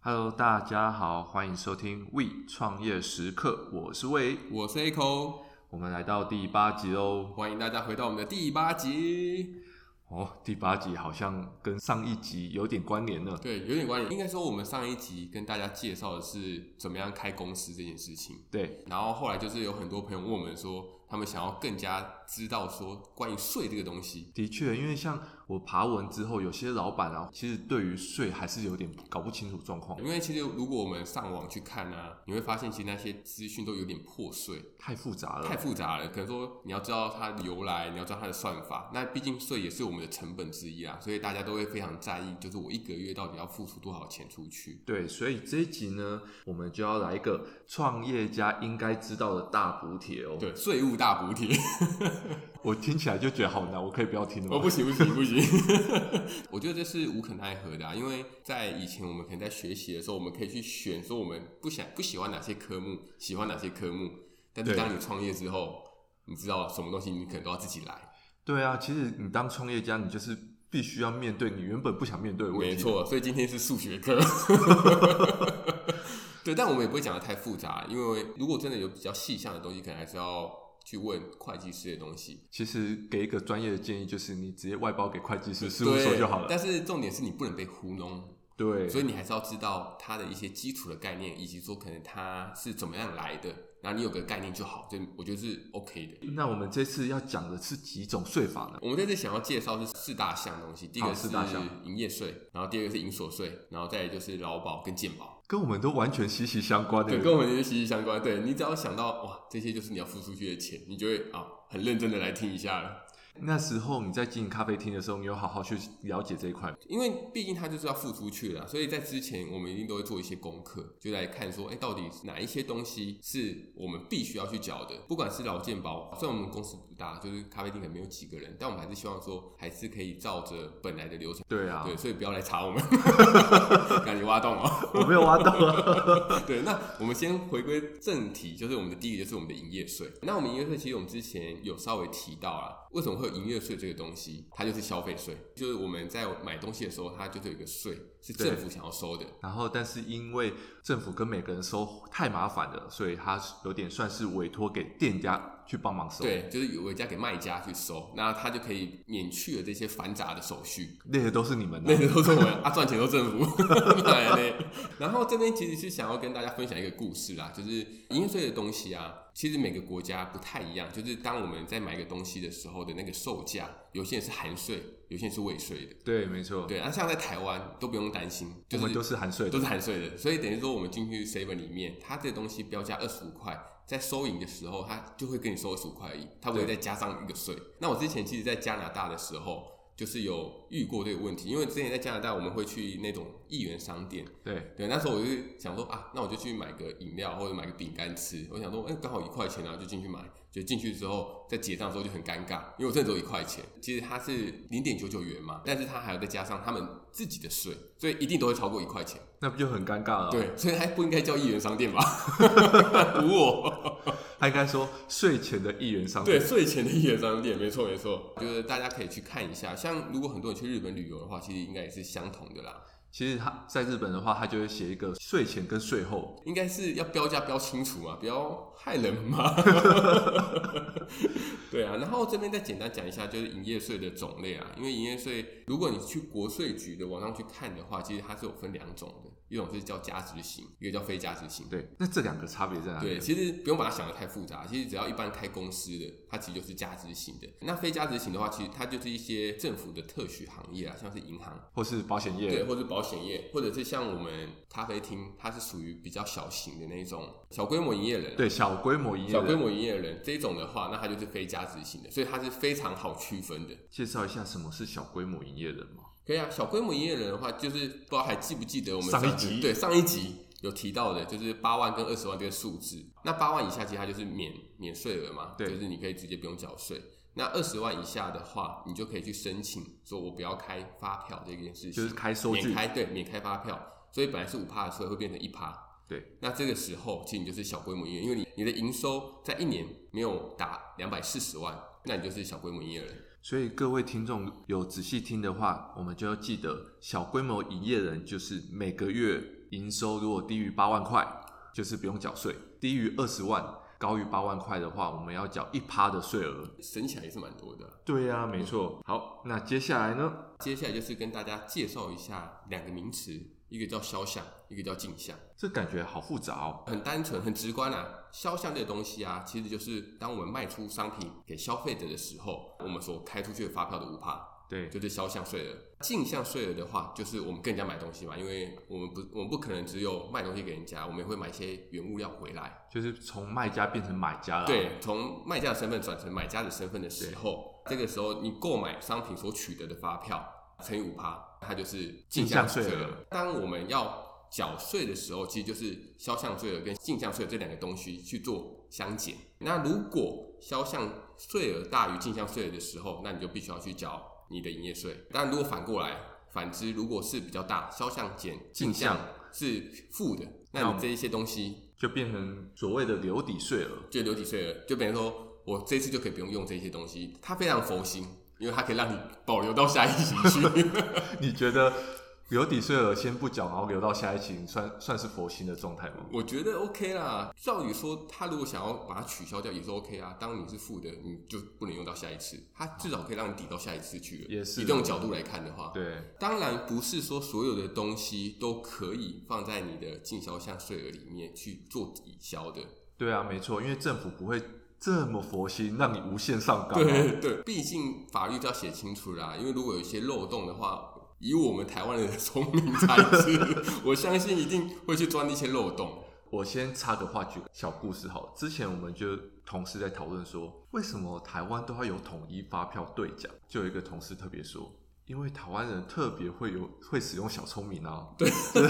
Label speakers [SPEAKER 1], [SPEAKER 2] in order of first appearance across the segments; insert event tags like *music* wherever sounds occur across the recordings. [SPEAKER 1] Hello，大家好，欢迎收听《We 创业时刻》，我是魏，
[SPEAKER 2] 我是 Echo，
[SPEAKER 1] 我们来到第八集喽。
[SPEAKER 2] 欢迎大家回到我们的第八集。
[SPEAKER 1] 哦，第八集好像跟上一集有点关联了。
[SPEAKER 2] 对，有点关联。应该说，我们上一集跟大家介绍的是怎么样开公司这件事情。
[SPEAKER 1] 对，
[SPEAKER 2] 然后后来就是有很多朋友问我们说，他们想要更加知道说关于税这个东西。
[SPEAKER 1] 的确，因为像我爬文之后，有些老板啊，其实对于税还是有点搞不清楚状况，
[SPEAKER 2] 因为其实如果我们上网去看啊，你会发现其实那些资讯都有点破碎，
[SPEAKER 1] 太复杂了
[SPEAKER 2] 太。复杂了。可能说你要知道它的由来，你要知道它的算法。那毕竟税也是我们的成本之一啊，所以大家都会非常在意，就是我一个月到底要付出多少钱出去。
[SPEAKER 1] 对，所以这一集呢，我们就要来一个创业家应该知道的大补帖哦。，
[SPEAKER 2] 对，税务大
[SPEAKER 1] *laughs*
[SPEAKER 2] 补贴。
[SPEAKER 1] 我听起来就觉得好难，我可以不要听了吗
[SPEAKER 2] 哦，不行不行 *laughs* 不行！我觉得这是无可奈何的、啊，因为在以前我们可能在学习的时候，我们可以去选说我们不想不喜欢哪些科目，喜欢哪些科目。但是
[SPEAKER 1] 对
[SPEAKER 2] 当你创业之后，你知道什么东西你可能都要自己来。
[SPEAKER 1] 对啊，其实你当创业家，你就是必须要面对你原本不想面对的问
[SPEAKER 2] 没
[SPEAKER 1] 题。
[SPEAKER 2] 错，所以今天是数学课。 *laughs* 对，但我们也不会讲的太复杂，因为如果真的有比较细项的东西，可能还是要去问会计师的东西。
[SPEAKER 1] 其实给一个专业的建议，就是你直接外包给会计师事务所就好
[SPEAKER 2] 对
[SPEAKER 1] 了。
[SPEAKER 2] 但是重点是你不能被糊弄。
[SPEAKER 1] 对，
[SPEAKER 2] 所以你还是要知道它的一些基础的概念，以及说可能它是怎么样来的，然后你有个概念就好，所以我觉得是 OK 的。
[SPEAKER 1] 那我们这次要讲的是几种税法呢？
[SPEAKER 2] 我们在这想要介绍是四大项东西，第一
[SPEAKER 1] 好
[SPEAKER 2] 个
[SPEAKER 1] 哦四
[SPEAKER 2] 是
[SPEAKER 1] 大项
[SPEAKER 2] 营业税，然后第二个是营所税，然后再来就是劳保跟健保，
[SPEAKER 1] 跟我们都完全息息相关的。
[SPEAKER 2] 对，跟我们这些息息相关。对你只要想到哇，这些就是你要付出去的钱，你就会啊很认真的来听一下了，
[SPEAKER 1] 那时候你在经营咖啡厅的时候，你有好好去了解这一块吗。
[SPEAKER 2] 因为毕竟它就是要付出去了啊，所以在之前我们一定都会做一些功课，就来看说，哎、到底哪一些东西是我们必须要去缴的，不管是劳健保，虽然我们公司不大，就是咖啡厅可能没有几个人，但我们还是希望说，还是可以照着本来的流程。
[SPEAKER 1] 对啊，
[SPEAKER 2] 对，所以不要来查我们， *laughs* 感觉挖洞哦。
[SPEAKER 1] 我没有挖到啊。 *laughs*
[SPEAKER 2] *laughs* 对，那我们先回归正题，就是我们的第一个就是我们的营业税。那我们营业税其实我们之前有稍微提到啊，为什么会有营业税这个东西？它就是消费税，就是我们在买东西的时候，它就是有一个税是
[SPEAKER 1] 对
[SPEAKER 2] 政府想要收的。
[SPEAKER 1] 然后，但是因为政府跟每个人收太麻烦了，所以他有点算是委托给店家去帮忙收。，
[SPEAKER 2] 对，就是有一家给卖家去收，那他就可以免去了这些繁杂的手续。
[SPEAKER 1] 那些都是你们的
[SPEAKER 2] 那。个都是我们啊，赚钱都政府 *laughs* 来嘞。然后这边其实是想要跟大家分享一个故事啦，就是营业税的东西啊，其实每个国家不太一样。就是当我们在买一个东西的时候的那个售价，有些人是含税，有些人是未税的。
[SPEAKER 1] 对，没错，
[SPEAKER 2] 对，啊那像在台湾都不用担心，
[SPEAKER 1] 我
[SPEAKER 2] 就是
[SPEAKER 1] 们都是含税
[SPEAKER 2] 都
[SPEAKER 1] 的。
[SPEAKER 2] 是含税的，所以等于说我们进去 seven 里面，它这东西标价二十五块，在收银的时候，它就会跟你收二十五块而已，它不会
[SPEAKER 1] 对
[SPEAKER 2] 再加上一个税。那我之前其实，在加拿大的时候，就是有遇过这个问题，因为之前在加拿大，我们会去那种一元商店，
[SPEAKER 1] 对，
[SPEAKER 2] 对，那时候我就想说啊，那我就去买个饮料或者买个饼干吃。我想说，哎、刚好一块钱啊，就进去买。就进去之后，在结账的时候就很尴尬，因为我这只有一块钱，其实它是零点九九元嘛，但是它还要再加上他们自己的税，所以一定都会超过一块钱。
[SPEAKER 1] 那不就很尴尬了？，
[SPEAKER 2] 对，所以还不应该叫一元商店 *laughs* 吧？唬我。
[SPEAKER 1] 他应该说税前的一元商
[SPEAKER 2] 对，
[SPEAKER 1] 店。
[SPEAKER 2] 睡前的一元商店，没错没错，就是大家可以去看一下。像如果很多人去日本旅游的话，其实应该也是相同的啦，
[SPEAKER 1] 其实他在日本的话，他就会写一个税前跟税后。
[SPEAKER 2] 应该是要标价标清楚嘛，不要害人嘛。 *laughs* 对啊，然后这边再简单讲一下，就是营业税的种类啊，因为营业税，如果你去国税局的网上去看的话，其实它是有分两种的，一种是叫价值型，一个叫非价值型。
[SPEAKER 1] 对，那这两个差别在哪里？
[SPEAKER 2] 对，，其实不用把它想的太复杂，其实只要一般开公司的，它其实就是价值型的。那非价值型的话，其实它就是一些政府的特许行业啊，像是银行。
[SPEAKER 1] 或是保险
[SPEAKER 2] 对，
[SPEAKER 1] 业。
[SPEAKER 2] 或者保险业，或者是像我们咖啡厅，它是属于比较小型的那种小规模营业人啊，
[SPEAKER 1] 对，小规模营业
[SPEAKER 2] 小规
[SPEAKER 1] 的。
[SPEAKER 2] 模营业人这种的话，那它就是非价值型的，所以它是非常好区分的。
[SPEAKER 1] 介绍一下什么是小规模营业人吗？
[SPEAKER 2] 可以啊，小规模营业人的话，就是不知道还记不记得我们
[SPEAKER 1] 上一集
[SPEAKER 2] 对上一集有提到的，就是八万跟二十万这个数字。那八万以下其实它就是免免税额嘛，
[SPEAKER 1] 对
[SPEAKER 2] 就是你可以直接不用缴税。那二十万以下的话，你就可以去申请，说我不要开发票这件事情，
[SPEAKER 1] 就是开收
[SPEAKER 2] 免
[SPEAKER 1] 据。
[SPEAKER 2] 开对免开发票，所以本来是五趴的税会变成一趴。
[SPEAKER 1] 对，
[SPEAKER 2] 那这个时候，其实你就是小规模营业，因为你你的营收在一年没有达两百四十万，那你就是小规模营业人。
[SPEAKER 1] 所以各位听众有仔细听的话，我们就要记得，小规模营业人就是每个月营收如果低于八万块，就是不用缴税；低于二十万，高于八万块的话，我们要缴一趴的税额。
[SPEAKER 2] 省起来也是蛮多的啊。
[SPEAKER 1] 对呀、没错。好，那接下来呢？
[SPEAKER 2] 接下来就是跟大家介绍一下两个名词，一个叫肖像，一个叫镜像。
[SPEAKER 1] 这感觉好复杂哦。
[SPEAKER 2] 很单纯，很直观啊。肖像这个东西啊，其实就是当我们卖出商品给消费者的时候，我们所开出去的发票的五趴，
[SPEAKER 1] 对，
[SPEAKER 2] 就是肖像税额。镜像税额的话，就是我们跟人家买东西嘛，因为我们不，我们不可能只有卖东西给人家，我们也会买一些原物料回来。
[SPEAKER 1] 就是从卖家变成买家了。，
[SPEAKER 2] 对，从卖家的身份转成买家的身份的时候，这个时候你购买商品所取得的发票乘以五趴，它就是进项
[SPEAKER 1] 进
[SPEAKER 2] 税
[SPEAKER 1] 项税
[SPEAKER 2] 额。当我们要缴税的时候，其实就是销项税额跟进项税额这两个东西去做相减。那如果销项税额大于进项税额的时候，那你就必须要去缴你的营业税。但如果反过来，反之如果是比较大，销项减进
[SPEAKER 1] 进项
[SPEAKER 2] 项是负的，
[SPEAKER 1] 那我
[SPEAKER 2] 那你
[SPEAKER 1] 们
[SPEAKER 2] 这一些东西
[SPEAKER 1] 就变成所谓的留抵税额。
[SPEAKER 2] 就留几岁了，就等于说我这次就可以不用用这些东西，它非常佛心，因为它可以让你保留到下一期
[SPEAKER 1] *laughs*
[SPEAKER 2] 去。
[SPEAKER 1] 你觉得留抵税额先不缴，然后留到下一期，算算是佛心的状态吗？
[SPEAKER 2] 我觉得 OK 啦，照理说他如果想要把它取消掉也是 OK 啊。当你是负的，你就不能用到下一次，它至少可以让你抵到下一次去了。
[SPEAKER 1] 也是啊
[SPEAKER 2] 以这种角度来看的话，
[SPEAKER 1] 对，
[SPEAKER 2] 当然不是说所有的东西都可以放在你的进销项税额里面去做抵消的。
[SPEAKER 1] 对啊，没错，因为政府不会这么佛心，让你无限上纲、啊。
[SPEAKER 2] 对对，毕竟法律都要写清楚啦，因为如果有一些漏洞的话，以我们台湾人的聪明才智， *laughs* 我相信一定会去钻那些漏洞。
[SPEAKER 1] 我先插个话，举个小故事好了。之前我们就同事在讨论说，为什么台湾都要有统一发票兑奖？就有一个同事特别说。因为台湾人特别会有会使用小聪明啊，对， *laughs*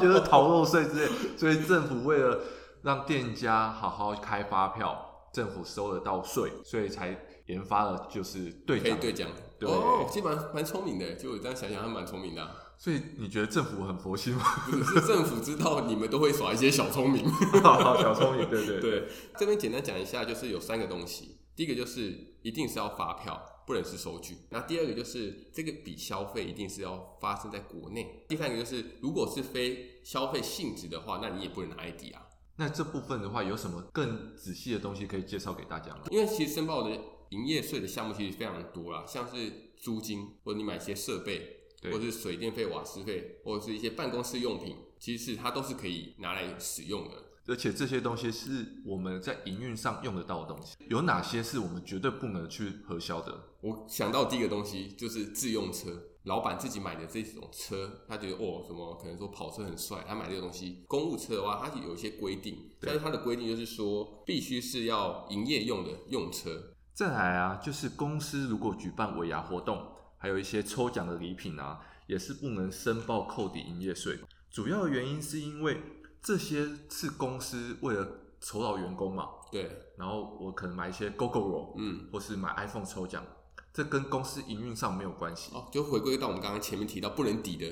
[SPEAKER 1] 就是逃漏税之类，所以政府为了让店家好好开发票，政府收得到税，所以才研发了就是兑
[SPEAKER 2] 可以
[SPEAKER 1] 奖。
[SPEAKER 2] 兑奖，
[SPEAKER 1] 对
[SPEAKER 2] 哦，其实蛮蛮聪明的，就我这样想想，还蛮聪明的啊、
[SPEAKER 1] 所以你觉得政府很佛心吗？ *laughs*
[SPEAKER 2] 不是政府知道你们都会耍一些小聪明。
[SPEAKER 1] 小聪明，对对，
[SPEAKER 2] 对，这边简单讲一下，就是有三个东西，第一个就是一定是要发票，不能是收据。那第二个就是这个笔消费一定是要发生在国内。第三个就是如果是非消费性质的话，那你也不能拿来抵啊，
[SPEAKER 1] 那这部分的话，有什么更仔细的东西可以介绍给大家吗？
[SPEAKER 2] 因为其实申报的营业税的项目其实非常多啦，像是租金或者你买一些设备。
[SPEAKER 1] 对
[SPEAKER 2] 或者是水电费、瓦斯费，或者是一些办公室用品，其实它都是可以拿来使用的。
[SPEAKER 1] 而且这些东西是我们在营运上用得到的东西，有哪些是我们绝对不能去核销的？
[SPEAKER 2] 我想到第一个东西就是自用车，老板自己买的这种车，他觉得哦什么可能说跑车很帅，他买这个东西。公务车的话，它有一些规定，
[SPEAKER 1] 对
[SPEAKER 2] 但是它的规定就是说必须是要营业用的用车。
[SPEAKER 1] 再来啊，就是公司如果举办尾牙活动，还有一些抽奖的礼品啊，也是不能申报扣抵营业税。主要原因是因为这些是公司为了酬劳员工嘛，
[SPEAKER 2] 对，
[SPEAKER 1] 然后我可能买一些 GoGo 肉，
[SPEAKER 2] 嗯，
[SPEAKER 1] 或是买 iPhone 抽奖，这跟公司营运上没有关系。
[SPEAKER 2] 哦，就回归到我们刚刚前面提到不能抵的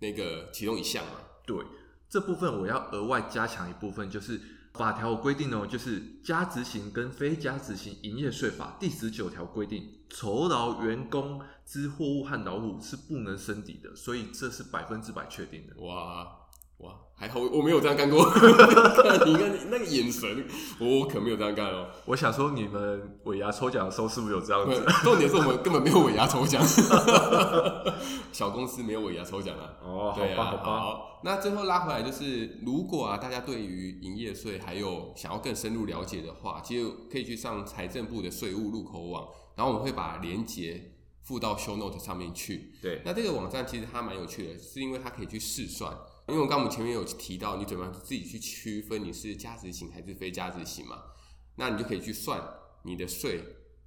[SPEAKER 2] 那个其中一项嘛。
[SPEAKER 1] 对，这部分我要额外加强一部分，就是法条有规定哦，就是加执行跟非加执行营业税法第十九条规定，酬劳员工之货物和劳务是不能升抵的，所以这是百分之百确定的。
[SPEAKER 2] 哇哇，还好我没有这样干过。 *laughs* 你看你那个眼神，我我可没有这样干哦。
[SPEAKER 1] 我想说，你们尾牙抽奖的时候是不是有这样
[SPEAKER 2] 不是
[SPEAKER 1] 子？
[SPEAKER 2] 重点是我们根本没有尾牙抽奖， *laughs* 小公司没有尾牙抽奖啊。
[SPEAKER 1] 哦，好
[SPEAKER 2] 对
[SPEAKER 1] 吧，
[SPEAKER 2] 啊，
[SPEAKER 1] 好吧，
[SPEAKER 2] 好，那最后拉回来就是，如果啊大家对于营业税还有想要更深入了解的话，其实可以去上财政部的税务入口网，然后我们会把连接附到 show note 上面去。
[SPEAKER 1] 对，
[SPEAKER 2] 那这个网站其实它蛮有趣的，是因为它可以去试算，因为我刚刚我们前面有提到，你怎么样自己去区分你是价值型还是非价值型嘛？那你就可以去算你的税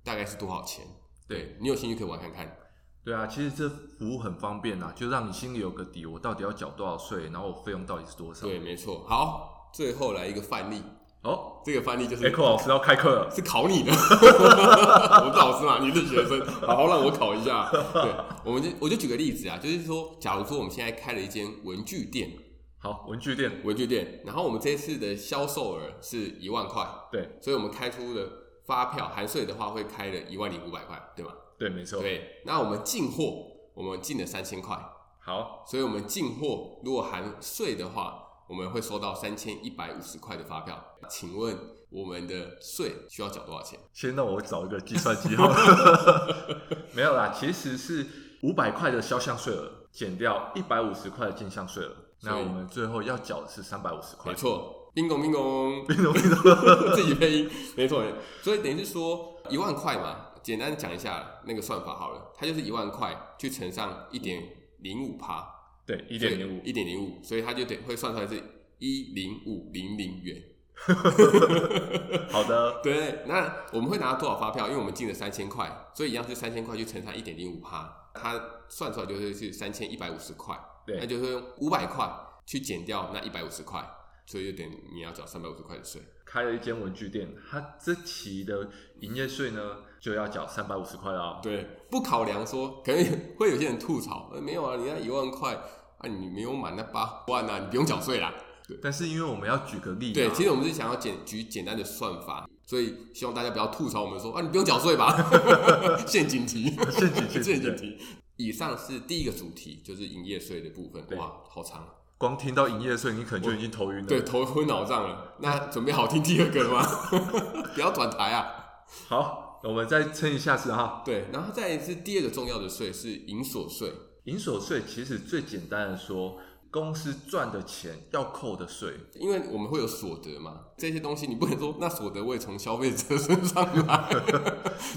[SPEAKER 2] 大概是多少钱。对你有兴趣可以玩看看。
[SPEAKER 1] 对啊，其实这服务很方便啊，就让你心里有个底，我到底要缴多少税，然后我费用到底是多少。
[SPEAKER 2] 对，，没错。好，最后来一个范例，
[SPEAKER 1] 哦，
[SPEAKER 2] 这个范例就是。
[SPEAKER 1] Echo 老师要开课了。
[SPEAKER 2] 是考你的， *laughs* 我是老师嘛，你是学生，好好让我考一下。对，我们就我就举个例子啊，就是说，假如说我们现在开了一间文具店，
[SPEAKER 1] 好，文具店，
[SPEAKER 2] 文具店，然后我们这一次的销售额是一万块，
[SPEAKER 1] 对
[SPEAKER 2] 所以我们开出的发票含税的话会开了一万零五百块，对吧？
[SPEAKER 1] 对，没错。
[SPEAKER 2] 对，那我们进货，我们进了三千块，好，所以我们进货如果含税的话，我们会收到三千一百五十块的发票。请问我们的税需要缴多少钱？
[SPEAKER 1] 先让我找一个计算机
[SPEAKER 2] *laughs*
[SPEAKER 1] 好了。没有啦，其实是五百块的销项税额减掉一百五十块的进项税额，那
[SPEAKER 2] 所以
[SPEAKER 1] 我们最后要缴的是三百五十块
[SPEAKER 2] 没。错，冰拱冰拱，
[SPEAKER 1] 冰咚冰咚
[SPEAKER 2] *laughs* 自己配音，没错。所以等于是说一万块嘛，简单讲一下那个算法好了，它就是一万块去乘上一点零五趴，
[SPEAKER 1] 对，一点零五。
[SPEAKER 2] 一点零五，所以它就得会算出来是一零五零零元。
[SPEAKER 1] 好的，
[SPEAKER 2] 对，那我们会拿到多少发票？因为我们进了三千块，所以一样是三千块去乘上一点零五趴，它算出来就是是三千一百五十块，那
[SPEAKER 1] 对。
[SPEAKER 2] 就是用五百块去减掉那一百五十块，所以就等于你要缴三百五十块的税。
[SPEAKER 1] 开了一间文具店，它这期的营业税呢就要缴三百五十块了哦。
[SPEAKER 2] 对，不考量说，可能会有些人吐槽， *laughs* 呃没有啊，你那一万块啊，你没有满那八万啊，你不用缴税啦。
[SPEAKER 1] 但是因为我们要举个例嘛，啊
[SPEAKER 2] 对，其实我们是想要简举简单的算法，所以希望大家不要吐槽我们说啊，你不用缴税吧， *laughs* 陷阱题，
[SPEAKER 1] *laughs* 陷阱题
[SPEAKER 2] *laughs* 陷阱题。以上是第一个主题，就是营业税的部分。
[SPEAKER 1] 对
[SPEAKER 2] 哇，好长，啊
[SPEAKER 1] 光听到营业税，你可能就已经头晕了。
[SPEAKER 2] 对，，头昏脑胀了。那准备好听第二个了吗？ *laughs* 不要转台啊。
[SPEAKER 1] 好，我们再撑一下子啊哈。
[SPEAKER 2] 对，然后再来是第二个重要的税是营所税。
[SPEAKER 1] 营所税其实最简单的说，公司赚的钱要扣的税，
[SPEAKER 2] 因为我们会有所得嘛，这些东西你不能说那所得我也从消费者身上来，
[SPEAKER 1] *laughs*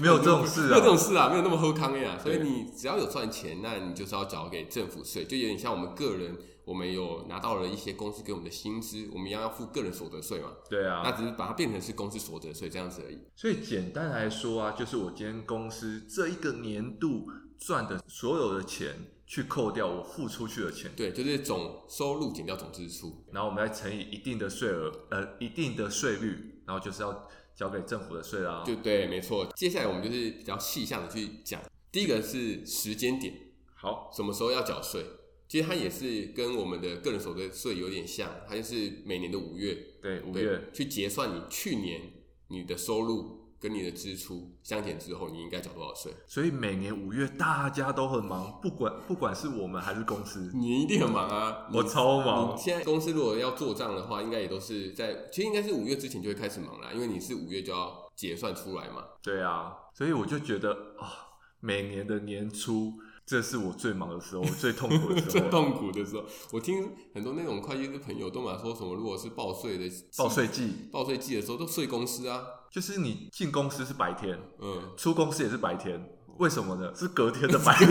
[SPEAKER 1] 没有这种事
[SPEAKER 2] 没有
[SPEAKER 1] 啊。
[SPEAKER 2] 这种事啊，没有那么喝康呀。所以
[SPEAKER 1] 对
[SPEAKER 2] 你只要有赚钱，那你就是要缴给政府税，就有点像我们个人，我们有拿到了一些公司给我们的薪资，我们一样要付个人所得税嘛，
[SPEAKER 1] 对
[SPEAKER 2] 那
[SPEAKER 1] 啊，
[SPEAKER 2] 只是把它变成是公司所得税这样子而已。
[SPEAKER 1] 所以简单来说啊，就是我今天公司这一个年度赚的所有的钱，去扣掉我付出去的钱，
[SPEAKER 2] 对，就是总收入减掉总支出。
[SPEAKER 1] 然后我们再乘以一定的税额，呃，一定的税率，然后就是要交给政府的税啦。
[SPEAKER 2] 就对，没错。接下来我们就是比较细项的去讲，第一个是时间点，
[SPEAKER 1] 好，
[SPEAKER 2] 什么时候要缴税？其实它也是跟我们的个人所得税有点像，它就是每年的五月，
[SPEAKER 1] 对，五
[SPEAKER 2] 对
[SPEAKER 1] 月
[SPEAKER 2] 去结算你去年你的收入跟你的支出相减之后，你应该缴多少税？
[SPEAKER 1] 所以每年五月大家都很忙，不管不管是我们还是公司，
[SPEAKER 2] 你一定很忙啊！
[SPEAKER 1] 我超忙
[SPEAKER 2] 你。现在公司如果要做账的话，应该也都是在，其实应该是五月之前就会开始忙啦，因为你是五月就要结算出来
[SPEAKER 1] *laughs*
[SPEAKER 2] 嘛。
[SPEAKER 1] 对啊，所以我就觉得啊、每年的年初，这是我最忙的时候，我最痛苦的时
[SPEAKER 2] *laughs* 最
[SPEAKER 1] 候，
[SPEAKER 2] 痛苦的时候，我听很多那种会计师朋友都嘛说什么，如果是报税的
[SPEAKER 1] 报税季，
[SPEAKER 2] 报税季的时候，都税公司啊，
[SPEAKER 1] 就是你进公司是白天，
[SPEAKER 2] 嗯，
[SPEAKER 1] 出公司也是白天，为什么呢？是隔天的白天，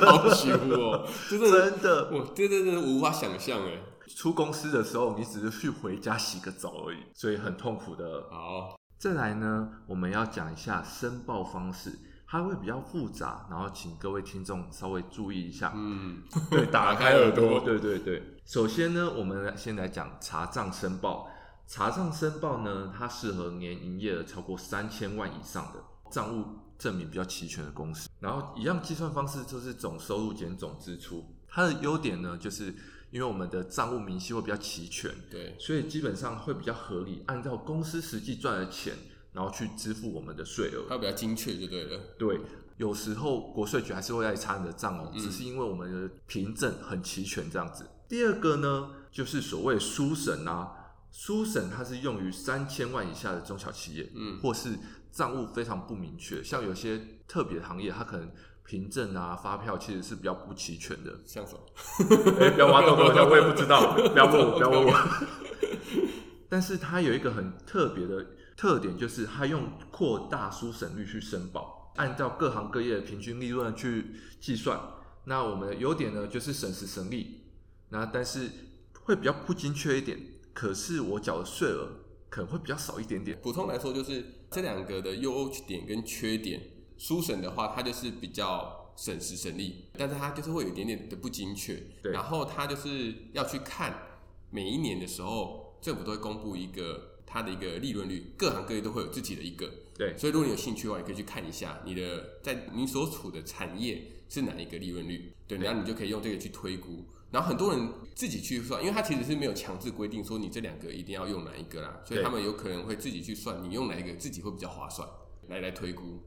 [SPEAKER 2] 要求哦，真的，
[SPEAKER 1] 真的。
[SPEAKER 2] 我这真的无法想象哎。
[SPEAKER 1] 出公司的时候，你只是去回家洗个澡而已，所以很痛苦的。
[SPEAKER 2] 好，
[SPEAKER 1] 再来呢，我们要讲一下申报方式，它会比较复杂，然后请各位听众稍微注意一下。
[SPEAKER 2] 嗯，
[SPEAKER 1] *laughs* 对，打
[SPEAKER 2] 开耳朵
[SPEAKER 1] *laughs* 对对对。首先呢，我们来先来讲查账申报。查账申报呢，它适合年营业额超过三千万以上的账务证明比较齐全的公司。然后一样计算方式就是总收入减总支出。它的优点呢，就是因为我们的账务明细会比较齐全，
[SPEAKER 2] 对，
[SPEAKER 1] 所以基本上会比较合理，按照公司实际赚的钱，然后去支付我们的税额。
[SPEAKER 2] 它比较精确就对了。
[SPEAKER 1] 对，有时候国税局还是会来查你的账哦，
[SPEAKER 2] 嗯
[SPEAKER 1] 只是因为我们的凭证很齐全这样子。第二个呢，就是所谓书审啊，书审它是用于三千万以下的中小企业，
[SPEAKER 2] 嗯，
[SPEAKER 1] 或是账务非常不明确，像有些特别行业，它可能凭证啊、发票其实是比较不齐全的。
[SPEAKER 2] 像什么？
[SPEAKER 1] 哎，不要挖洞给我跳，我也不知 *laughs* 道，不要问我，不要问我。 *laughs* 但是它有一个很特别的特点，就是它用扩大书审率去申报，按照各行各业的平均利润去计算。那我们的优点呢，就是省时省力，那但是会比较不精确一点，可是我缴的税额可能会比较少一点点。
[SPEAKER 2] 普通来说，就是这两个的优点跟缺点。书审的话，它就是比较省时省力，但是它就是会有一点点的不精确。
[SPEAKER 1] 对
[SPEAKER 2] 然后它就是要去看每一年的时候，政府都会公布一个它的一个利润率，各行各业都会有自己的一个。
[SPEAKER 1] 对，
[SPEAKER 2] 所以如果你有兴趣的话，你可以去看一下你的在你所处的产业是哪一个利润率，对，
[SPEAKER 1] 对
[SPEAKER 2] 然后你就可以用这个去推估。然后很多人自己去算，因为它其实是没有强制规定说你这两个一定要用哪一个啦，所以
[SPEAKER 1] 对
[SPEAKER 2] 他们有可能会自己去算，你用哪一个自己会比较划算，来来推估。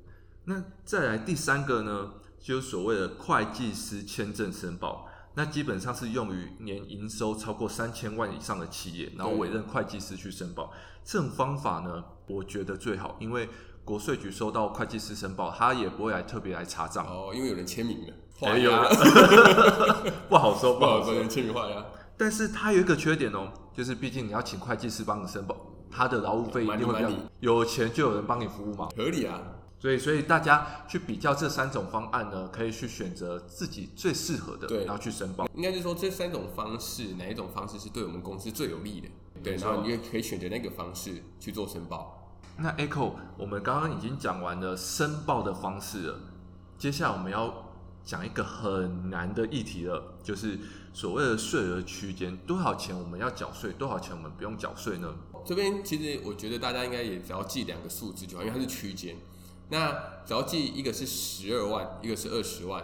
[SPEAKER 1] 那再来第三个呢，就是所谓的会计师签证申报，那基本上是用于年营收超过三千万以上的企业，然后委任会计师去申报。这种方法呢，我觉得最好，因为国税局收到会计师申报，他也不会来特别来查账，
[SPEAKER 2] 哦，因为有人签名了，画
[SPEAKER 1] 哎有 *laughs*
[SPEAKER 2] 押， *laughs*
[SPEAKER 1] 不好说，
[SPEAKER 2] 不
[SPEAKER 1] 不
[SPEAKER 2] 好
[SPEAKER 1] 好
[SPEAKER 2] 说，
[SPEAKER 1] 说
[SPEAKER 2] 有人。签名画押，
[SPEAKER 1] 但是它有一个缺点哦，就是毕竟你要请会计师帮你申报，他的劳务费一定会比较
[SPEAKER 2] Money, money
[SPEAKER 1] 有钱就有人帮你服务嘛。
[SPEAKER 2] 合理啊，
[SPEAKER 1] 所以，所以大家去比较这三种方案呢，可以去选择自己最适合的
[SPEAKER 2] 对，
[SPEAKER 1] 然后去申报。
[SPEAKER 2] 应该是说这三种方式，哪一种方式是对我们公司最有利的？对，
[SPEAKER 1] 没错
[SPEAKER 2] 然后你就可以选择那个方式去做申报。
[SPEAKER 1] 那 Echo，我们刚刚已经讲完了申报的方式了，接下来我们要讲一个很难的议题了，就是所谓的税额区间，多少钱我们要缴税，多少钱我们不用缴税呢？
[SPEAKER 2] 这边其实我觉得大家应该也只要记两个数字就好，因为它是区间。那只要记一个是十二万，一个是二十万。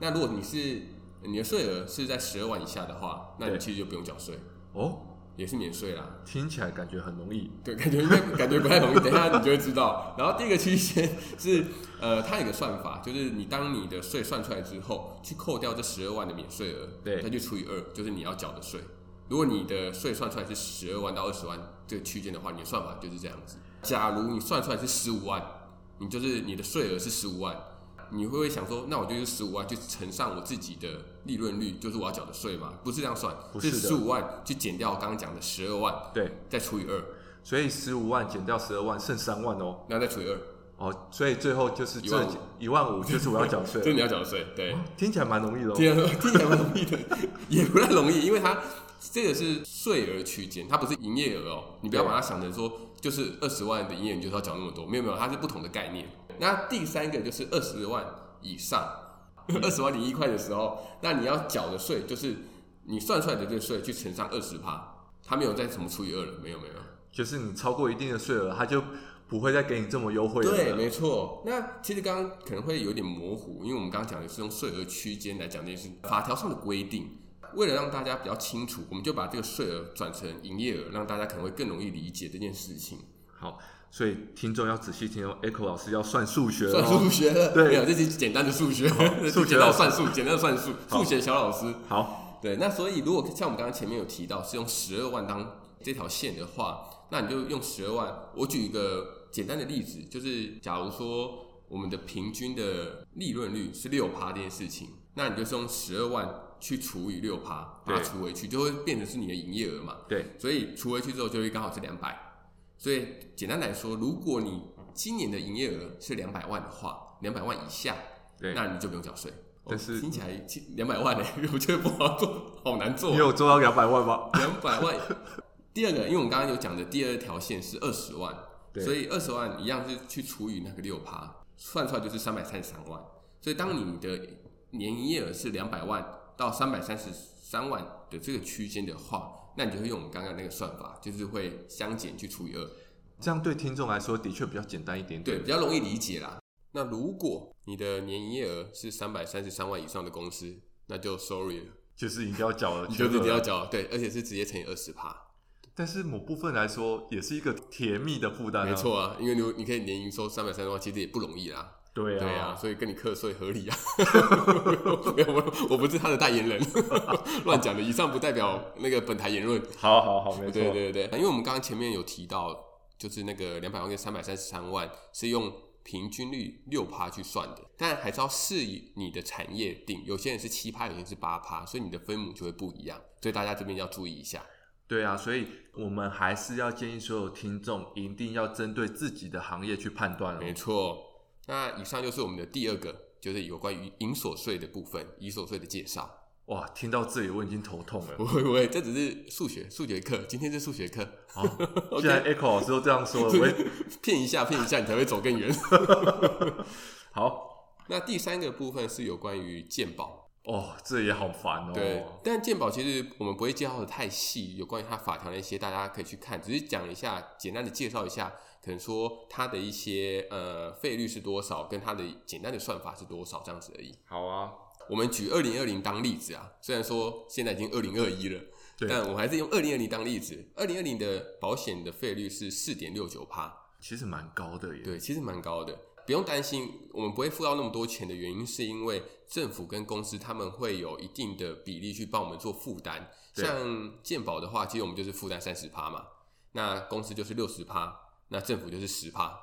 [SPEAKER 2] 那如果你是你的税额是在十二万以下的话，那你
[SPEAKER 1] 对
[SPEAKER 2] 其实就不用缴税，
[SPEAKER 1] 哦，
[SPEAKER 2] 也是免税啦。
[SPEAKER 1] 听起来感觉很容易，
[SPEAKER 2] 对，感觉应该感觉不太容易，等一下你就会知道。然后第一个区间是，呃，它有个算法，就是你当你的税算出来之后，去扣掉这十二万的免税额，
[SPEAKER 1] 对
[SPEAKER 2] 再去除以二，就是你要缴的税。如果你的税算出来是十二万到二十万这个区间的话，你的算法就是这样子。假如你算出来是十五万，你就是你的税额是十五万，你会不会想说，那我就是十五万去乘上我自己的利润率，就是我要缴的税嘛？不是这样算，
[SPEAKER 1] 不是的
[SPEAKER 2] 十五万去减掉我刚刚讲的十二万，
[SPEAKER 1] 对，
[SPEAKER 2] 再除以二，
[SPEAKER 1] 所以十五万减掉十二万，剩三万哦，
[SPEAKER 2] 然后再除以二，
[SPEAKER 1] 哦，所以最后就是
[SPEAKER 2] 15,000
[SPEAKER 1] 这一万五就是我要缴 *laughs* 税
[SPEAKER 2] 这是你
[SPEAKER 1] 了，
[SPEAKER 2] 要缴的税。对，
[SPEAKER 1] 听起来蛮容易的、哦，
[SPEAKER 2] 听起来听起来蛮容易的，也不太容易，因为它这个是税额区间，它不是营业额哦，你不要把它想成说就是二十万的营业额你就是要缴那么多，没有没有，它是不同的概念。那第三个就是二十万以上， *laughs* 二十万零一块的时候，那你要缴的税就是你算出来的这个税去乘上二十趴，它没有再什么除以二了，没有没有。
[SPEAKER 1] 就是你超过一定的税额，他就不会再给你这么优惠了。
[SPEAKER 2] 对，没错。那其实刚刚可能会有点模糊，因为我们刚刚讲的是用税额区间来讲这件事，法条上的规定。为了让大家比较清楚，我们就把这个税额转成营业额，让大家可能会更容易理解这件事情。
[SPEAKER 1] 好，所以听众要仔细听哦，Echo 老师要算数学
[SPEAKER 2] 算数
[SPEAKER 1] 哦。
[SPEAKER 2] 学了，
[SPEAKER 1] 对
[SPEAKER 2] 没有，这是简单的数学，
[SPEAKER 1] 数学
[SPEAKER 2] 简
[SPEAKER 1] 老
[SPEAKER 2] 单的
[SPEAKER 1] 师
[SPEAKER 2] 算术，简单的算术，
[SPEAKER 1] 好
[SPEAKER 2] 数学小老师。
[SPEAKER 1] 好，
[SPEAKER 2] 对，那所以如果像我们刚刚前面有提到是用十二万当这条线的话，那你就用十二万。我举一个简单的例子，就是假如说我们的平均的利润率是六趴这件事情，那你就是用十二万去除以六趴，把它
[SPEAKER 1] 对
[SPEAKER 2] 除回去，就会变成是你的营业额嘛。
[SPEAKER 1] 对，
[SPEAKER 2] 所以除回去之后就会刚好是两百。所以简单来说，如果你今年的营业额是两百万的话，两百万以下，
[SPEAKER 1] 对
[SPEAKER 2] 那你就不用缴税。
[SPEAKER 1] 但是
[SPEAKER 2] 哦听起来两百万呢、 *laughs* 我觉得不好做， *laughs* 好难做
[SPEAKER 1] 你。有做到两百万吗？
[SPEAKER 2] 两百万。第二个，因为我们刚刚有讲的第二条线是二十万，
[SPEAKER 1] 对
[SPEAKER 2] 所以二十万一样是去除以那个六趴，算出来就是三百三十三万。所以当你的年营业额是两百万到三百三十三万的这个区间的话，那你就会用我们刚刚那个算法，就是会相减去除以二，
[SPEAKER 1] 这样对听众来说的确比较简单一点点。
[SPEAKER 2] 对，比较容易理解啦。那如果你的年营业额是三百三十三万以上的公司，那就 sorry 了，
[SPEAKER 1] 就是一定要缴了，
[SPEAKER 2] *laughs* 你就是一定
[SPEAKER 1] 全
[SPEAKER 2] 要
[SPEAKER 1] 额。
[SPEAKER 2] 缴，对，而且是直接乘以二十趴。
[SPEAKER 1] 但是某部分来说，也是一个甜蜜的负担、啊。
[SPEAKER 2] 没，错啊，因为你你可以年营收三百三十万，其实也不容易啦。
[SPEAKER 1] 对啊，
[SPEAKER 2] 对啊，所以跟你课税合理啊。 *laughs* 没有，我我不是他的代言人， *laughs* 乱讲的。以上不代表那个本台言论。
[SPEAKER 1] 好好好，没错，
[SPEAKER 2] 对对对，因为我们刚刚前面有提到，就是那个两百万跟三百三十三万是用平均率六趴去算的，但还是要视你的产业定，有些人是七趴，有些人是八趴，所以你的分母就会不一样，所以大家这边要注意一下。
[SPEAKER 1] 对啊，所以我们还是要建议所有听众一定要针对自己的行业去判断
[SPEAKER 2] 没
[SPEAKER 1] 哦。
[SPEAKER 2] 错，那以上就是我们的第二个，就是有关于营所税的部分，营所税的介绍。 *laughs*
[SPEAKER 1] 哇，听到这里我已经头痛了。
[SPEAKER 2] 不会不会，这只是数学数学课，今天是数学课， *laughs*
[SPEAKER 1] 好，啊既然 Echo 老师都这样说了，我也
[SPEAKER 2] 骗一下骗一下，你才会走更远。 *laughs*
[SPEAKER 1] 好
[SPEAKER 2] 那第三个部分是有关于鉴宝，
[SPEAKER 1] 哦，这也好烦哦。
[SPEAKER 2] 对，但鉴宝其实我们不会介绍的太细，有关于它法条那些大家可以去看，只是讲一下，简单的介绍一下，可能说它的一些呃费率是多少，跟它的简单的算法是多少这样子而已。
[SPEAKER 1] 好啊，
[SPEAKER 2] 我们举二零二零当例子啊，虽然说现在已经二零二一了，
[SPEAKER 1] 对
[SPEAKER 2] 但我还是用二零二零当例子。二零二零的保险的费率是四点六九趴，
[SPEAKER 1] 其实蛮高的耶。
[SPEAKER 2] 对，其实蛮高的。不用担心，我们不会付到那么多钱的原因，是因为政府跟公司他们会有一定的比例去帮我们做负担。
[SPEAKER 1] 对
[SPEAKER 2] 像健保的话，其实我们就是负担三十趴嘛，那公司就是六十趴，那政府就是十趴。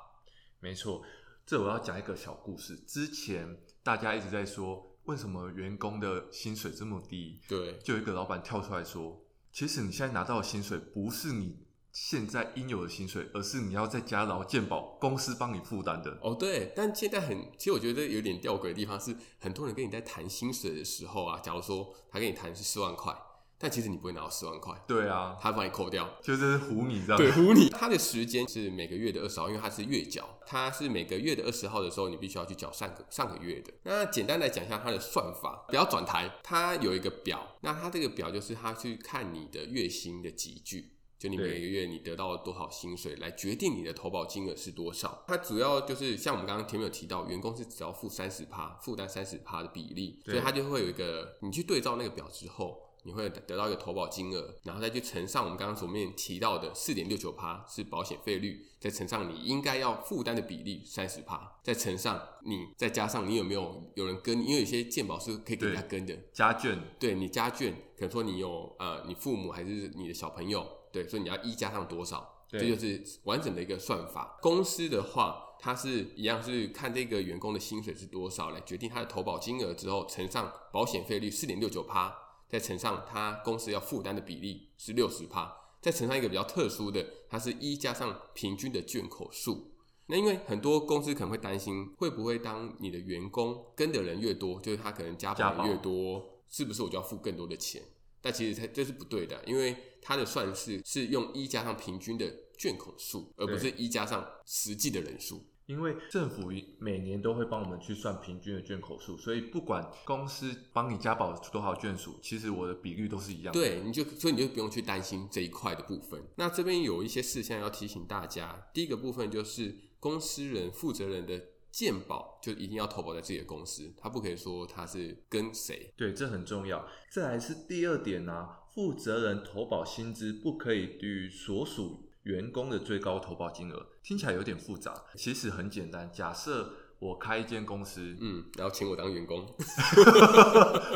[SPEAKER 1] 没错，这我要讲一个小故事。之前大家一直在说，为什么员工的薪水这么低？
[SPEAKER 2] 对，
[SPEAKER 1] 就有一个老板跳出来说，其实你现在拿到的薪水不是你现在应有的薪水，而是你要再加劳健保公司帮你负担的。
[SPEAKER 2] 哦对，但现在很，其实我觉得有点吊诡的地方是，很多人跟你在谈薪水的时候啊，假如说他跟你谈是四万块，但其实你不会拿到四万块，
[SPEAKER 1] 对啊，
[SPEAKER 2] 他帮你扣掉，
[SPEAKER 1] 就是唬你这样。
[SPEAKER 2] 对，唬你。他的时间是每个月的二十号，因为他是月缴，他是每个月的二十号的时候，你必须要去缴上个上个月的。那简单来讲一下它的算法，不要转台，它有一个表，那它这个表就是它去看你的月薪的集聚。就你每
[SPEAKER 1] 对
[SPEAKER 2] 个月你得到多少薪水，来决定你的投保金额是多少。它主要就是像我们刚刚前面有提到，员工是只要付三十趴，负担三十趴的比例，
[SPEAKER 1] 对
[SPEAKER 2] 所以它就会有一个，你去对照那个表之后，你会得到一个投保金额，然后再去乘上我们刚刚所面提到的四点六九趴是保险费率，再乘上你应该要负担的比例三十趴，再乘上你再加上你有没有有人跟，因为有些健保是可以给人家跟的，
[SPEAKER 1] 家眷
[SPEAKER 2] 对你家眷，可能说你有呃你父母还是你的小朋友，对，所以你要一加上多少，这
[SPEAKER 1] 对
[SPEAKER 2] 就是完整的一个算法。公司的话，它是一样是看这个员工的薪水是多少来决定他的投保金额之后，乘上保险费率四点六九趴，再乘上他公司要负担的比例是六十趴，再乘上一个比较特殊的，它是一加上平均的卷口数。那因为很多公司可能会担心，会不会当你的员工跟的人越多，就是他可能加
[SPEAKER 1] 加
[SPEAKER 2] 保
[SPEAKER 1] 保
[SPEAKER 2] 越多，是不是我就要付更多的钱？但其实它这是不对的，因为它的算式是用一加上平均的卷口数，而不是一加上实际的人数。
[SPEAKER 1] 因为政府每年都会帮我们去算平均的卷口数，所以不管公司帮你加保多少卷数，其实我的比率都是一样的。
[SPEAKER 2] 对，你就所以你就不用去担心这一块的部分。那这边有一些事项要提醒大家，第一个部分就是公司人负责人的健保就一定要投保在自己的公司，他不可以说他是跟谁。
[SPEAKER 1] 对，这很重要。再来是第二点啊，负责人投保薪资不可以低于所属员工的最高投保金额。听起来有点复杂，其实很简单。假设我开一间公
[SPEAKER 2] *laughs*
[SPEAKER 1] 司，
[SPEAKER 2] 嗯，然后请我当员工，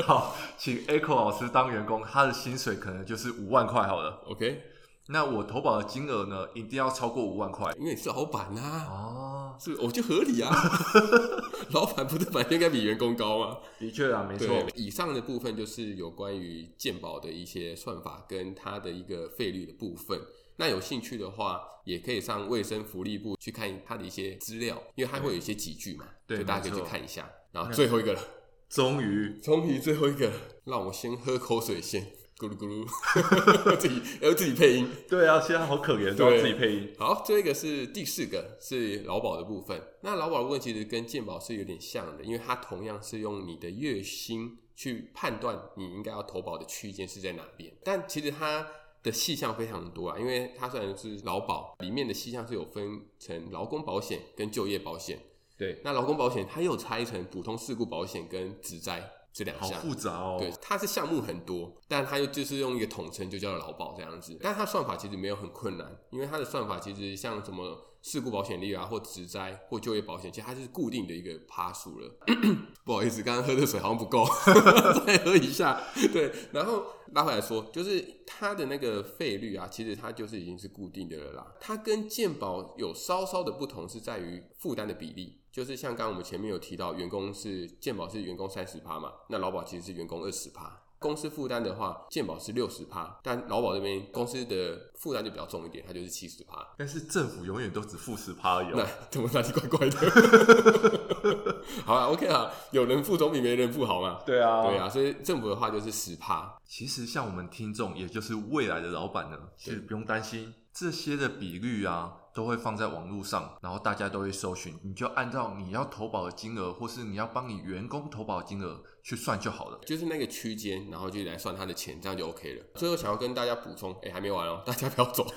[SPEAKER 1] 好，请 Echo 老师当员工，他的薪水可能就是五万块好了。
[SPEAKER 2] OK，
[SPEAKER 1] 那我投保的金额呢，一定要超过五万块
[SPEAKER 2] 因为你是老板啊，
[SPEAKER 1] 哦。
[SPEAKER 2] 是我就合理啊。 *laughs* 老板不是本来就应该比员工高吗？
[SPEAKER 1] 的确啊，没错，
[SPEAKER 2] 对，以上的部分就是有关于健保的一些算法跟它的一个费率的部分。那有兴趣的话，也可以上卫生福利部去看它的一些资料，因为它会有一些集聚嘛，
[SPEAKER 1] 对
[SPEAKER 2] 就大家可以
[SPEAKER 1] 没
[SPEAKER 2] 去
[SPEAKER 1] 错
[SPEAKER 2] 看一下。然后最后一个了，
[SPEAKER 1] 终于
[SPEAKER 2] 从皮最后一个了，让我先喝口水先，咕噜咕噜， *laughs* 自己要自己配音。
[SPEAKER 1] 对啊，现在好可怜，都要自己配音。
[SPEAKER 2] 好，这个是第四个，是劳保的部分。那劳保的部分其实跟健保是有点像的，因为它同样是用你的月薪去判断你应该要投保的区间是在哪边，但其实它的细项非常多啊，因为它虽然是劳保，里面的细项是有分成劳工保险跟就业保险。
[SPEAKER 1] 对，
[SPEAKER 2] 那劳工保险它又拆成普通事故保险跟职灾这两
[SPEAKER 1] 好
[SPEAKER 2] 项，
[SPEAKER 1] 复杂哦。
[SPEAKER 2] 对，它是项目很多，但它又就是用一个统称，就叫劳保这样子。但它算法其实没有很困难，因为它的算法其实像什么事故保险率啊，或职灾或就业保险，其实它就是固定的一个趴数了。 *coughs* 不好意思，刚刚喝的水好像不够， *laughs* 再喝一下。 *laughs* 对，然后拉回来说，就是它的那个费率啊，其实它就是已经是固定的了啦。它跟健保有稍稍的不同，是在于负担的比例。就是像刚刚我们前面有提到，员工是健保是员工三十趴嘛，那劳保其实是员工二十趴。公司负担的话，健保是六十趴，但劳保这边公司的负担就比较重一点，它就是七十趴。
[SPEAKER 1] 但是政府永远都只负十趴而已、
[SPEAKER 2] 那
[SPEAKER 1] 哦。
[SPEAKER 2] 怎么哪里怪怪的？ *laughs* 好啊 o k 啊，有人付总比没人付好嘛。
[SPEAKER 1] 对啊
[SPEAKER 2] 对啊，所以政府的话就是十趴，
[SPEAKER 1] 其实像我们听众，也就是未来的老板呢，其实不用担心这些的比率啊，都会放在网络上，然后大家都会搜寻，你就按照你要投保的金额，或是你要帮你员工投保的金额去算就好了。
[SPEAKER 2] 就是那个区间，然后就来算他的钱，这样就 OK 了。最后想要跟大家补充，哎、还没完哦，大家不要走。 *laughs*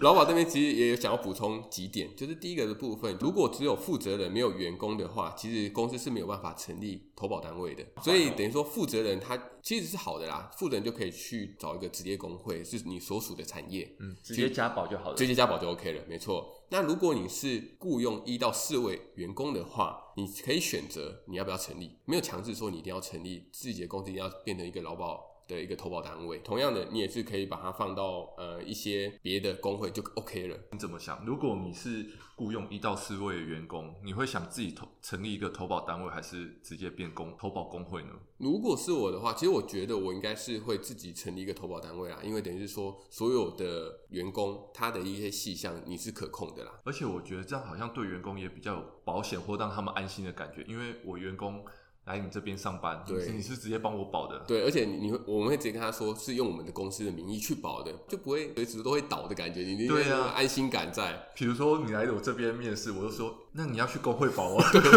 [SPEAKER 2] 老板这边其实也有想要补充几点，就是第一个的部分，如果只有负责人没有员工的话，其实公司是没有办法成立投保单位的。所以等于说，负责人他其实是好的啦，负责人就可以去找一个职业工会，是你所属的产业，
[SPEAKER 1] 嗯，直接加保就好了
[SPEAKER 2] 直接加保就 OK OK 了，没错。那如果你是雇佣一到四位员工的话，你可以选择你要不要成立，没有强制说你一定要成立自己的公司，一定要变成一个劳保。的一个投保单位，同样的，你也是可以把它放到呃一些别的工会就 OK 了。
[SPEAKER 1] 你怎么想？如果你是雇佣一到四位的员工，你会想自己投成立一个投保单位，还是直接变工投保工会呢？
[SPEAKER 2] 如果是我的话，其实我觉得我应该是会自己成立一个投保单位啊啦，因为等于是说所有的员工他的一些细项你是可控的啦。
[SPEAKER 1] 而且我觉得这样好像对员工也比较有保险或让他们安心的感觉，因为我员工。来你这边上班，
[SPEAKER 2] 对
[SPEAKER 1] 你是直接帮我保的，
[SPEAKER 2] 对，而且你你会我们会直接跟他说是用我们的公司的名义去保的，就不会随时都会倒的感觉，你那
[SPEAKER 1] 对啊
[SPEAKER 2] 个安心感在。 *laughs*
[SPEAKER 1] 比如说你来我这边面试，我就说那你要去工会保啊。 *laughs*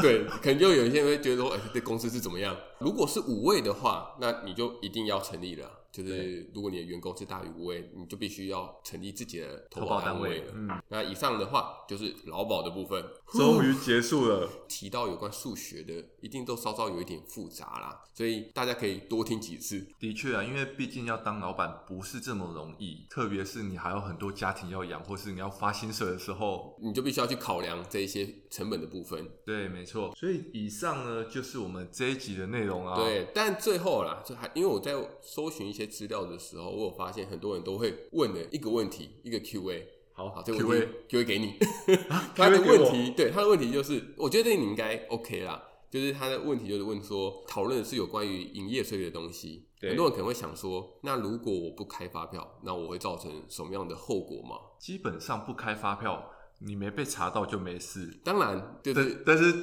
[SPEAKER 2] 对，可能就有一些人会觉得说，哎、这公司是怎么样？如果是五位的话，那你就一定要成立了。就是如果你的员工是大于五位，你就必须要成立自己的投保单位了。
[SPEAKER 1] 嗯，
[SPEAKER 2] 那以上的话就是劳保的部分。
[SPEAKER 1] 终于结束了。
[SPEAKER 2] 提到有关数学的，一定都稍稍有一点复杂啦，所以大家可以多听几次。
[SPEAKER 1] 的确啊，因为毕竟要当老板不是这么容易，特别是你还有很多家庭要养，或是你要发薪水的时候。
[SPEAKER 2] 你就必须要去考量这一些成本的部分，
[SPEAKER 1] 对，没错。所以以上呢，就是我们这一集的内容啊。，
[SPEAKER 2] 对。但最后啦，就还因为我在搜寻一些资料的时候，我有发现很多人都会问的一个问题，一个 Q&A，
[SPEAKER 1] 好，
[SPEAKER 2] 好，这个
[SPEAKER 1] Q
[SPEAKER 2] 问
[SPEAKER 1] A
[SPEAKER 2] 题 Q A 给你。 *laughs*
[SPEAKER 1] *laughs*
[SPEAKER 2] 他的
[SPEAKER 1] Q&A 给
[SPEAKER 2] 问
[SPEAKER 1] 我
[SPEAKER 2] 题，对他的问题就是，我觉得你应该 OK 啦。就是他的问题就是问说，讨论的是有关于营业税的东西。
[SPEAKER 1] 对
[SPEAKER 2] 很多人可能会想说，那如果我不开发票，那我会造成什么样的后果吗？
[SPEAKER 1] 基本上不开发票，你没被查到就没事。
[SPEAKER 2] 当然，就
[SPEAKER 1] 但
[SPEAKER 2] 是
[SPEAKER 1] 但是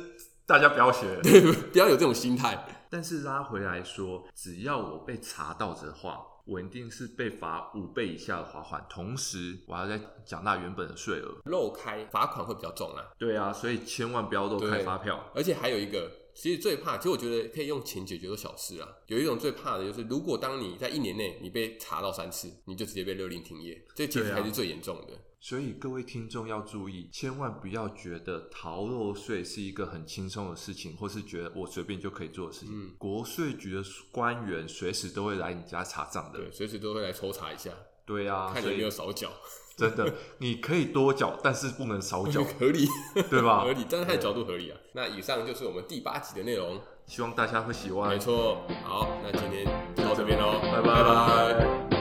[SPEAKER 1] 大家不要学。 *laughs*
[SPEAKER 2] *laughs* 不要有这种心态。
[SPEAKER 1] 但是拉回来说，只要我被查到的话，我一定是被罚五倍以下的罚款，同时我还要再缴纳原本的税额。
[SPEAKER 2] 漏开罚款会比较重啦，
[SPEAKER 1] 对啊，所以千万不要都开发票。
[SPEAKER 2] 而且还有一个。其实最怕，其实我觉得可以用钱解决的小事啦。有一种最怕的就是，如果当你在一年内你被查到三次，你就直接被勒令停业，这其实
[SPEAKER 1] 对啊
[SPEAKER 2] 才是最严重的。
[SPEAKER 1] 所以各位听众要注意，千万不要觉得逃漏税是一个很轻松的事情，或是觉得我随便就可以做的事情。
[SPEAKER 2] 嗯
[SPEAKER 1] 国税局的官员随时都会来你家查账的。
[SPEAKER 2] 对，随时都会来抽查一下，
[SPEAKER 1] 对啊，
[SPEAKER 2] 看
[SPEAKER 1] 所
[SPEAKER 2] 有没有
[SPEAKER 1] 以
[SPEAKER 2] 少缴，，
[SPEAKER 1] 真的你可以多缴，但是不能少缴
[SPEAKER 2] *laughs* 合理
[SPEAKER 1] 对吧
[SPEAKER 2] 合？理，但是它的角度合理啊。那以上就是我们第八集的内容，
[SPEAKER 1] 希望大家会喜欢
[SPEAKER 2] 没。错。好，那今天就到这边喽，
[SPEAKER 1] 拜
[SPEAKER 2] 拜拜
[SPEAKER 1] 拜